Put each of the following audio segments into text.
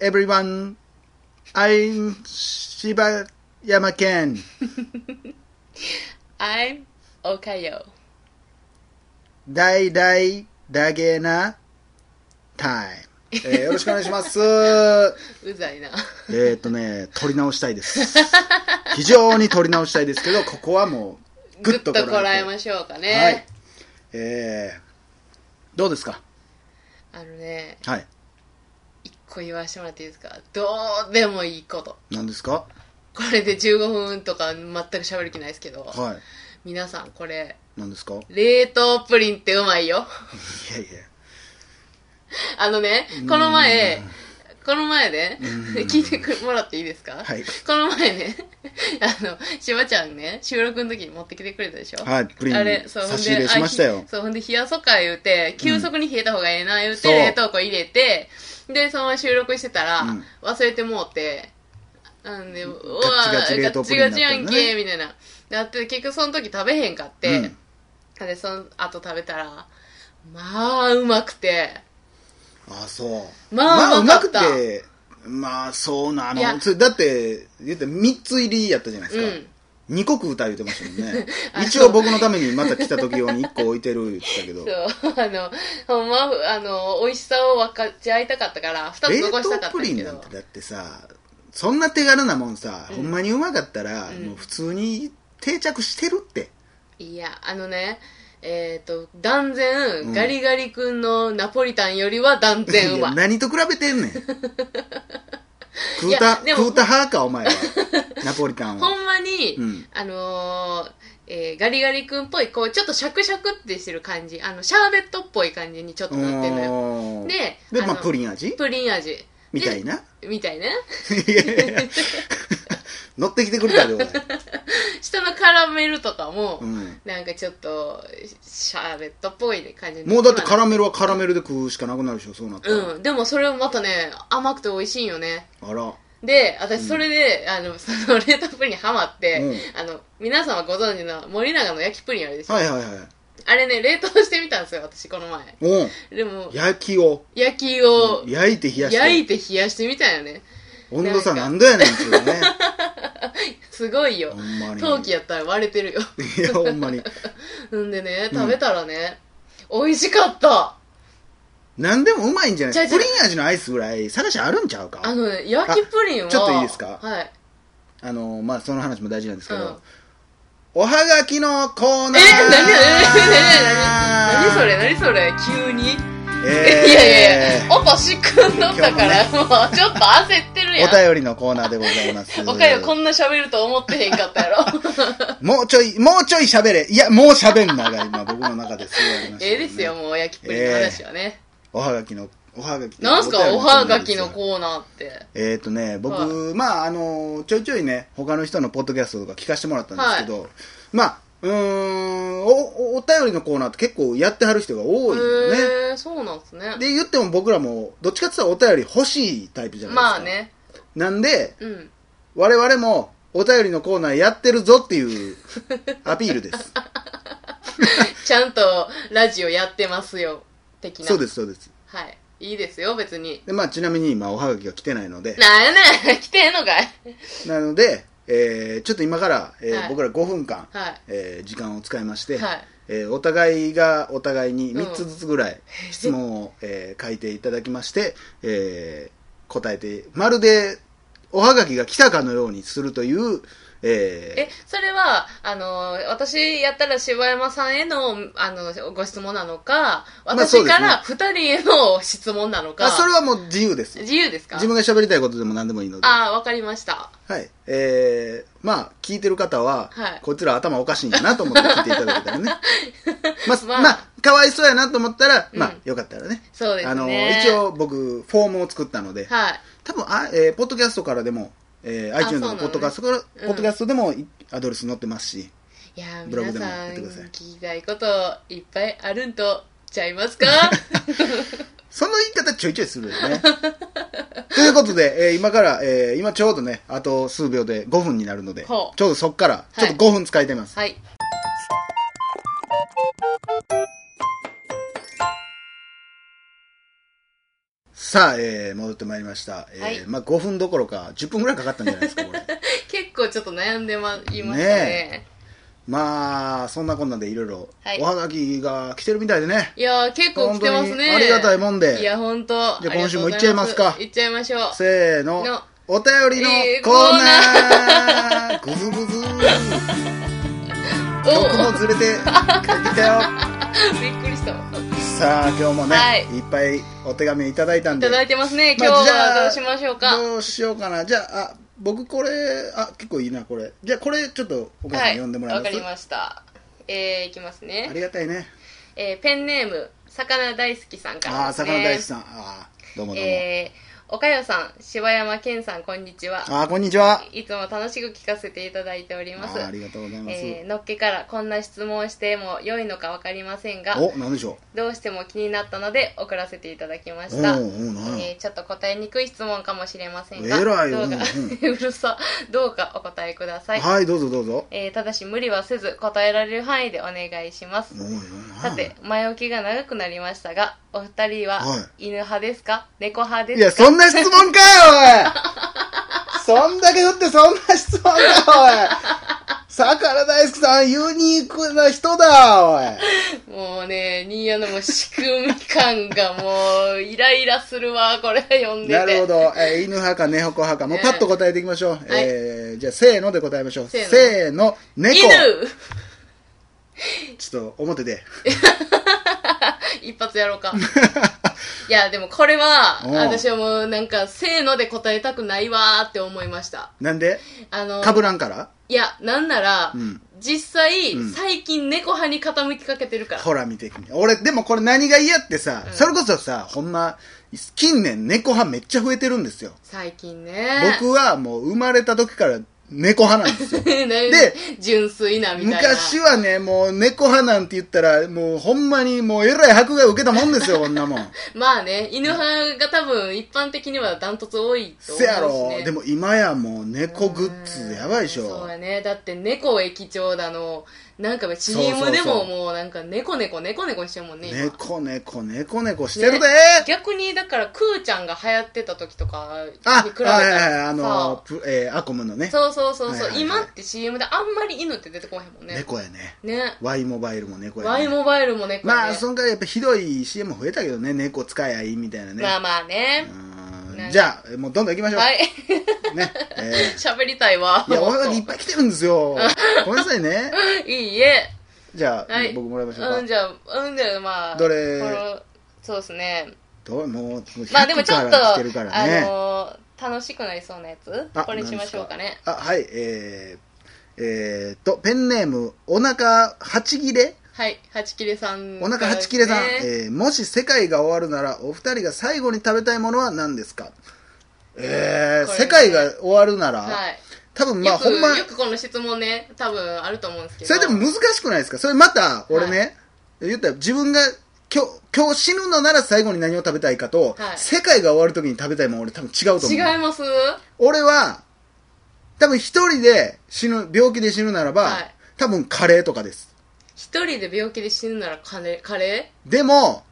everyone. I'm Shibayama Ken. I'm Okayo. 大大だげなタ イム。えーよろしくお願いします。えうざいな。ーっとね、撮り直したいです。非常に撮り直したいですけど、ここはもう、ぐぐっっととここららええまましょうかう。はいね。。えー、どうですかあのね、はい。一個言わせてもらっていいですかどうでもいいこと。何ですかこれで15分とか全く喋る気ないですけど、はい。皆さんこれ、何ですかい冷凍プリンってうまいよ。やいや。あのね、この前、この前ね、聞いてくもらっていいですか、はいこの前ね、あの、しばちゃんね、収録の時に持ってきてくれたでしょはいプリンあれそう差し入れしましたよほんであひそう、ほんで冷やそうか言うて、急速に冷えた方がええな言うて、そう冷凍庫入れて、で、そのまま収録してたら、うん忘れてもうて、なんで、うわガチガチ冷凍プリンガにチなガっチてるやねんけ、みたいな。なって、結局その時食べへんかって、うんで、その後食べたら、まあ、うまくて、あそうまあううままかっくたてまあそうなあいやのつだって言って3つ入りやったじゃないですか、二2個食うた言ってましたもんね あ一応僕のためにまた来た時用に1個置いてる言ってたけどそう、 あの、ほんま、あの、美味しさを分かち合いたかったから、二つ冷残したか凍ったプんですリけンなんどて。だってさそんな手軽なもんさ、ほんまにうまかったら、んもう普通に定着してるっていや、あのね、えっ、と、断然、ガリガリ君のナポリタンよりは断然うまい。いや 何と比べてん ねん食いうたやでも食うた派かお前は ナポリタンはほんまに、うんあのーえーガリガリ君っぽい、こう、ちょっとシャクシャクってしてる感じ、あの、シャーベットっぽい感じにちょっとなってるのよ。おーでであまあのプリン味プリン味。でみたい。なみたいね。いやいやいや乗ってきてくれたで、おい 下のカラメルとかも、うんなんかちょっと、シャーベットっぽい感じもうだってカメラメルはカラメルで食うしかなくなるでしょそうなったら、うん、でもそれもまたね、甘くて美味しいんよね。あらで、私それで、あの、そ の冷凍プリンにハマって、うあの、皆様ご存知の森永の焼きプリンあるでしょ、はいはいはいあれね、冷凍してみたんですよ、私この前。うんでも、焼きを焼きを焼いて冷やして焼いて冷やしてみたんよね。温度差ななんんだやねんっていうねすごいよほ。んまに陶器やったら割れてるよ。 いやほんまにんでね、うん食べたらね、美味しかった何でもうまいんじゃな違いう違うプリン味のアイスぐらい探しあるんちゃうかあのね、焼きプリンは。あちょっといいですかはい。あのまあその話も大事なんですけど、うんおはがきのコーえ、なになになになになにナーそれなにそれ急に、えーいやいやいや、オポしくんのだから、もうちょっと焦ってるやん。お便りのコーナーでございます。おかよこんな喋ると思ってへんかった やろ。もうちょい、もうちょい喋れ。いや、もう喋んなが今、僕の中ですごいありました、ええですよ、。もう焼きプリンの話はね。おはがきの、おはがきといなうんすか、おはーナーがきのですよコーナーって。えっ、とね、僕、はまあ、あのー、ちょいちょいね、他の人のポッドキャストとか聞かせてもらったんですけど、まあ、うーん、お、おお便りのコーナーって結構やってはる人が多いよね。へえ、そうなんですね。で、言っても僕らも、どっちかって言ったらお便り欲しいタイプじゃないですか。まあ。ね、なんで、うん。 我々も、お便りのコーナーやってるぞっていうアピールです。 ちゃんとラジオやってますよ、的な。。そうですす、そうです。はい。いいですよ、別に。で、まあ、ちなみに今、おはがきが来てないので、なんやねん、来てんのかい。なので、えーちょっと今から、えーはい僕ら5分間、はいえー時間を使いまして、はいえーお互いがお互いにうん3つずつぐらい質問を、えー書いていただきまして、えー答えて、まるでおはがきが来たかのようにするという、ええ、それは、あの、私やったら柴山さんへの、あの、ご質問なのか、あそ私うですかねら二人への質問なのーまか、あ、それはもう自由です。自由ですか自分が喋りたいことでも何でもいいので。ああ、わかりました。はい。えー、まあ、聞いてる方は、はいこいつら頭おかしいんやなと思って聞いていただけたら ね。まあ、まあまあ、かわいそうやなと思ったら、まうあん、よかったらね。そうですねあの、一応僕、フォームを作ったので、はい。多分、あえーポッドキャストからでも、えー、iTunes そうなののねポッドキャストから、うんポッドキャストでもいアドレス載ってますし、いやー、ブロ皆グでもさやんってください聞きたいこといっぱいあるんとちゃいま すかその言い方ちょいちょいするよ ね。ということで、えー今から、えー今ちょうどね、あと数秒で5分になるので、ちほょううどそっから、ちょっと5分使いてます。はい。さあ、えー戻ってまいりました、えーはいまあ、5分どころか10分ぐらいかかったんじゃないですかこ れ結構ちょっと悩んでまいましたねねまあそんなこんなでいろいろはいおはがきが来てるみたいでねいやー結構来てます本当ねにありがたいもんでいや本当じゃありがとうござ今週も行っちゃいますか行っちゃいましょうせーののお便りのコーナー、グズグズ曲も おずれて帰ってきたよ おびっくりしたいさあ今日もね、はいい、っぱいお手紙いただいたんでただいてますね今日まあじゃあはどうしましょうか、どうしようかなじゃああ僕これあ結構いいなこれじゃあこれちょっとお母さんはい読んでもらえわまかす、りましたえー、いきますあね、りがたいねえー、ペンネーム魚大好きさんからああです、ね、魚大好きさんあーどうもどうも、えー、岡代さん柴山健さんこんにちはあーこんにちはいつも楽しく聞かせていただいておりあますーありがとうございます、えーのっけからこんな質問をしても良いのか分かりませんがおなんでしょどうしても気になったので送らせていただきまうした、うんうんなんやえーちょっと答えにくい質問かもしれませんがえらいどうか、うん うるさどうかお答えください、はいどうぞどうぞえーただし無理はせず答えられる範囲でお願いします、おいおいさて前置きが長くなりましたがお二人はは犬派ですか猫派でいすかやそんな質問かよ おいそんだけ振ってそんな質問かおい魚大好きさんユニークな人だおいもうね、ニーヤのもう仕組み感がもう、イライラするわ、これ読んでて。なるほど、えー犬派か猫派かもうええパッと答えていきましょう、はいえーじゃあせーので答えましょうせーのせーの猫犬ちょっと表で 一発やろうか。いや、でもこれは、 うん私はもうなんか、せーので答えたくないわーって思いました。なんであの、かぶらんからいや、なんなら、うん実際、うん最近猫派に傾きかけてるから。ほら見て俺でもこれ何が嫌ってさ、うんそれこそさほんま近年猫派めっちゃ増えてるんですよ最近ね。 僕はもう生まれた時から猫派なんですよでで、純粋な みたいな。昔はねもう猫派なんて言ったらもうほんまにもうえらい迫害を受けたもんですよこんなも んまあね、犬派が多分一般的にはダントツ多いと思うし、せね。やろでも今やもう猫グッズやばいでしょそうやねだって猫駅長だのなんか CM でそうそうそもうもうなんか猫猫猫猫してるもんね今猫猫猫猫してるで、ね逆にだからクーちゃんが流行ってた時とかに比あ、べたはいはいはい、らあの、さプえーアコムのね、そうそうそうそう、はいはいはい今って CM であんまり犬って出てこへんもんね猫やね。ね Y モバイルも猫やね。ワイモバイルも猫やねまあ、そんからやっぱひどい CM 増えたけどね、猫使えばいいみたいなね。まあまあねうねんじゃあ、もうどんどん行きましょう。はい ね。え喋りたいわー いや、おはがきいっぱい来てるんですよ。ごめんなさいね。いいえじゃあ、はい僕もらいましょうか。うんじゃあうんじゃあまあどれこのそうですねどうもう、100 まあでもちょっと、から来てるからね。あのー楽しくなりそうなやつあこれにしましょうかね。あ、はい、えー、えーっと、ペンネーム、お腹八切れはい、八切れさん、お腹八切れさん、ねえーもし世界が終わるならお二人が最後に食べたいものは何ですかえー、これね世界が終わるなら、はい。多分まあよくほんまよくこの質問ね、多分あると思うんですけど。それでも難しくないですかそれまた俺ね、言ったら自分が今日今日死ぬのなら最後に何を食べたいかと、はい世界が終わる時に食べたいもん俺多分違うと思う違います俺は多分一人で死ぬ病気で死ぬならば、はい多分カレーとかです一人で病気で死ぬならカレーカ レでも、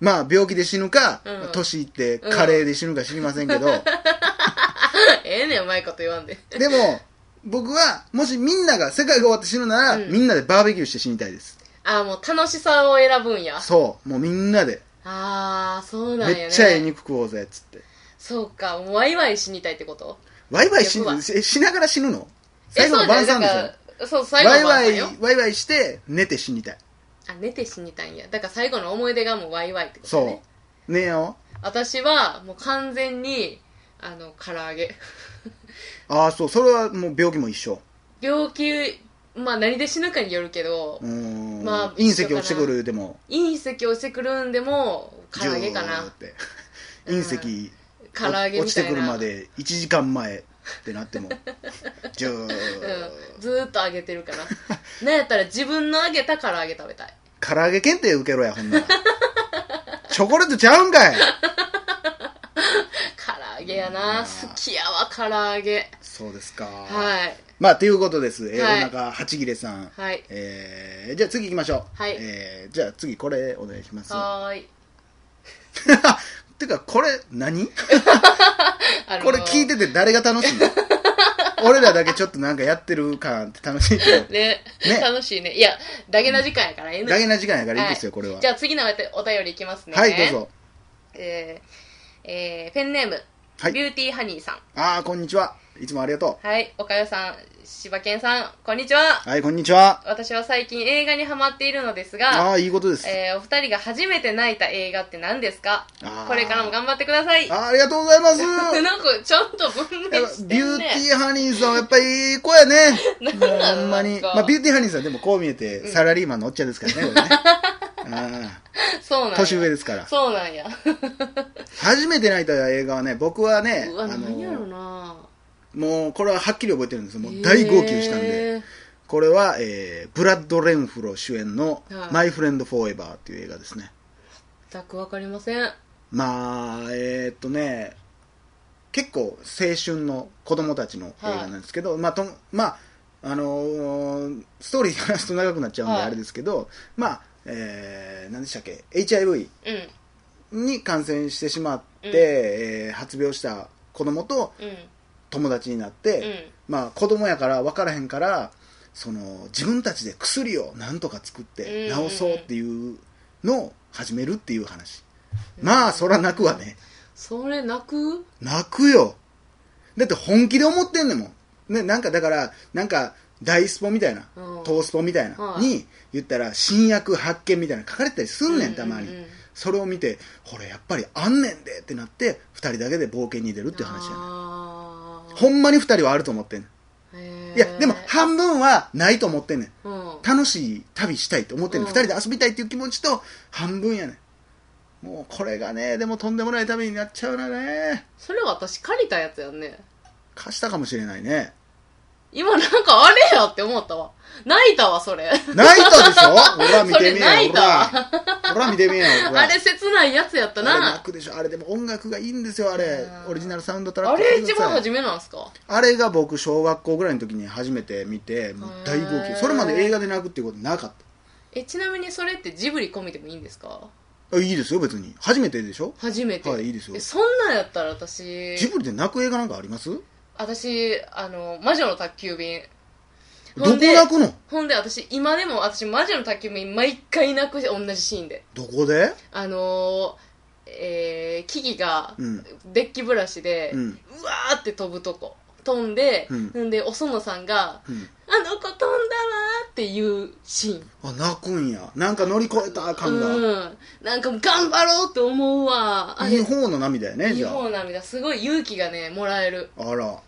まあ、病気で死ぬか、うん年いってカレーで死ぬか知りませんけど、ーええねん、うまいこと言わんで。 でも、僕は、もしみんなが世界が終わって死ぬなら、うんみんなでバーベキューして死にたいです。ああ、もう楽しさを選ぶんや。そう、もうみんなで、ああ、そうなんやね。めっちゃええ肉食おうぜ、っつって。そうか、もうワイワイ死にたいってことワイワイ死いやぬ、ししながら死ぬの最後の晩餐でえしょそうだよだからそう、最後ワイの晩ワ餐イ、よ。ワイワイして、寝て死にたい。あ、寝て死にたいんや。だから最後の思い出がもうワイワイってことね。そう。ねえよ。私はもう完全にあの唐揚げ ああ、そう、それはもう病気も一緒。病気まあ何で死ぬかによるけど、うーん。まあ隕石落ちてくるでも、隕石落ちてくるんでも唐揚げかジューっなて。うん隕石、唐揚げみたいな落ちてくるまで1時間前ってな ってもジュー、うん、ずーっと揚げてる からなんやったら自分の揚げた唐揚げ食べたい唐揚げ検定受けろやほんならチョコレートちゃうん かい唐揚げやなうん好きやわ唐揚げそうですか、はいまあということです、えーはいお腹八切れさん、はいえーじゃあ次行きましょう、はいえーじゃあ次これお願いしますはーい てかこれ何あのこれ聞いてて誰が楽しい の俺らだけちょっとなんかやってる感って楽しいけどねね楽しいねいやダゲな時間やからええ の大よ変な時間やからいいですよこれははい、じゃあ次のお便お便りいきますねはいどうぞえーえーペンネーム、はいビューティーハニーさんああこんにちはいつもありがとはいおかよさん柴犬さんこんにちはうはいこんにちは私は最近映画にハマっているのですあが、あーいいことです、えーお二人が初めて泣いた映画って何ですかあーこれからも頑張ってくださいあーありがとうございます なんかちゃんと分やっ類ぱしてビュんーテねィーハニーさんはやっぱいい子やね なんもうなのほんまに、なんかまあ、ビューティーハニーさんでもこう見えてサラリーマンのおっちゃんですからね,、 これねそあうなんーや年上ですからそうなんや初めて泣いた映画はね僕はねうわあ何やのろなもうこれははっきり覚えてるんですよもう大号泣したんで、へーこれは、えーブラッド・レンフロー主演のは「いマイ・フレンド・フォーエバー」っていう映画ですね全くわかりませんまあえー、っとね結構青春の子供たちの映画なんですけど、まあとまああのーストーリー話すと長くなっちゃうんではいあれですけど、まあ、えー、何でしたっけ HIV うんに感染してしまって、うんえー発病した子供とう友達になっんうて、んまあ子供やから分からへんからその自分たちで薬をなんとか作ってうんうんうん治そうっていうのを始めるっていう話、まあそら泣くわね、それ泣く泣くよだって本気で思ってんねんもん、ね、なんかだからなんか大スポみたいな、うんトースポみたいな、はいに言ったら新薬発見みたいなの書かれてたりすんねんたまに、うんうんうんそれを見てこれやっぱりあんねんでってなって2人だけで冒険に出るっていう話やねんあーほんまに2人はあると思ってんねへんーいやでも半分はないと思ってんねんうん楽しい旅したいと思ってる、うん2人で遊びたいっていう気持ちと半分やねんもうこれがねでもとんでもない旅になっちゃうなねそれ私借りたやつやんね貸したかもしれない ね今なんかあれやって思ったわ泣いたわそれ泣いたでしょほら見てみそれ泣えいよほたらわほら見てみえよ ほらあれ切ないやつやったあれ泣なくでしょあれでも音楽がいいんですよあれうんオリジナルサウンドトラッあクれ一番め初めなんすかあれが僕小学校ぐらいの時に初めて見てもう大号へ泣ーそれまで映画で泣くっていうことなかっえちなみにそれってジブリ込みでもいいんですかたあいいですよ別に初めてでしょ初めてはいいいですよえそんなんやったら私ジブリで泣く映画なんかありますど私あの魔女の宅急便こ泣くのほんで私今でも私魔女の宅急便毎回泣くし同じシーンでどこであのー、えー、木々がうんデッキブラシで、ううんわーって飛ぶとこ飛んで、うんん、でお園さんがうん「あの子飛んだわ」っていうシーンあ泣くんやなんか乗り越えた感がうんなんかもう頑張ろうって思うわあいいれ方の涙やねいいじゃ方涙すごい勇気がねもらえるああらあ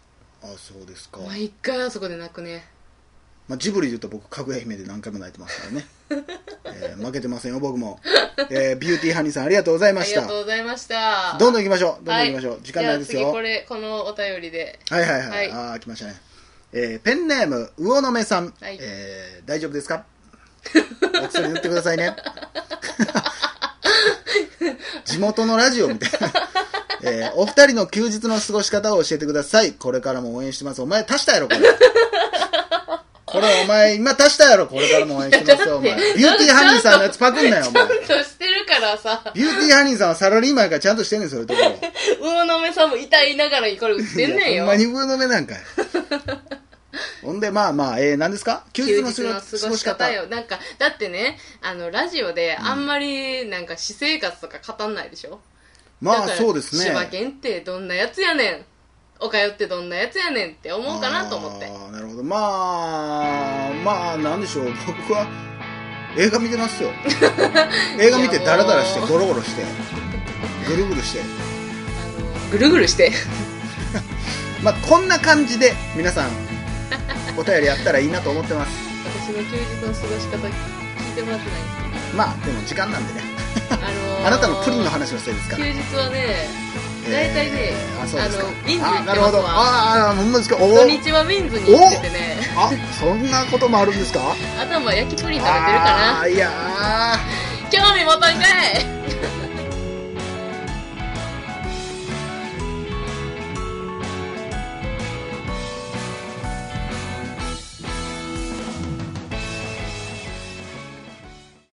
そうですか毎回あそこで泣くねまあ、ジブリで言うと僕、かぐや姫で何回も泣いてますから ね。えー負けてませんよ、僕も。えービューティーハニーさん、ありがとうございまあしりた。がとうございましたどんどん行きましょう。どんどんは行きましょう。時間ないですよ。じゃあ次こはいれこのお便り ではいはい。はいああ、来ましたね。えーペンネーム、魚の目さん。はいえー大丈夫ですかお薬塗ってください ね。地元のラジオみたいな。えーお二人の休日の過ごし方を教えてください。これからも応援してます。お前足したやろ、これ。これお前今足したやろ、これからも応援してますよ、お前。いやだってビューティーハニーさんのやつパクんなよ、お ちゃん前と。してるか らさビューティーハニーさんはサラリーマンやからちゃんとしてんねん、そういうところ。魚の目さんも痛いながらにこれ売ってんねんほよんまに上の目なん かいほんでまあまあ、えー、何ですか休休日の日の過ごし方よなんかだってねあのラジオであんまりなんか私生活とか語んないでしょ、まだあからそうですね柴犬ってどんなやつやねんおかよってどんなやつやねんって思うかなと思ってあーなるほどまあまあなんでしょう僕は映画見てます よ映画見てダラダラしていやもゴうロゴロしてぐるぐるしてぐるぐるして まあこんな感じで皆 さんお便りあったらいいなと思ってます私の休日の過ごし方聞いてもらってないんですまあでも時間なんで ねけど、あのーあなたのプリンの話のせいですか休ら日はね大体ね、えーあそうですかあの民事行あってますわなるほどああほんまですかお土ー日はウィンズに行っててねあそんなこともあるんですか頭焼きプリン食べてるかあーいやな興味持たんかいー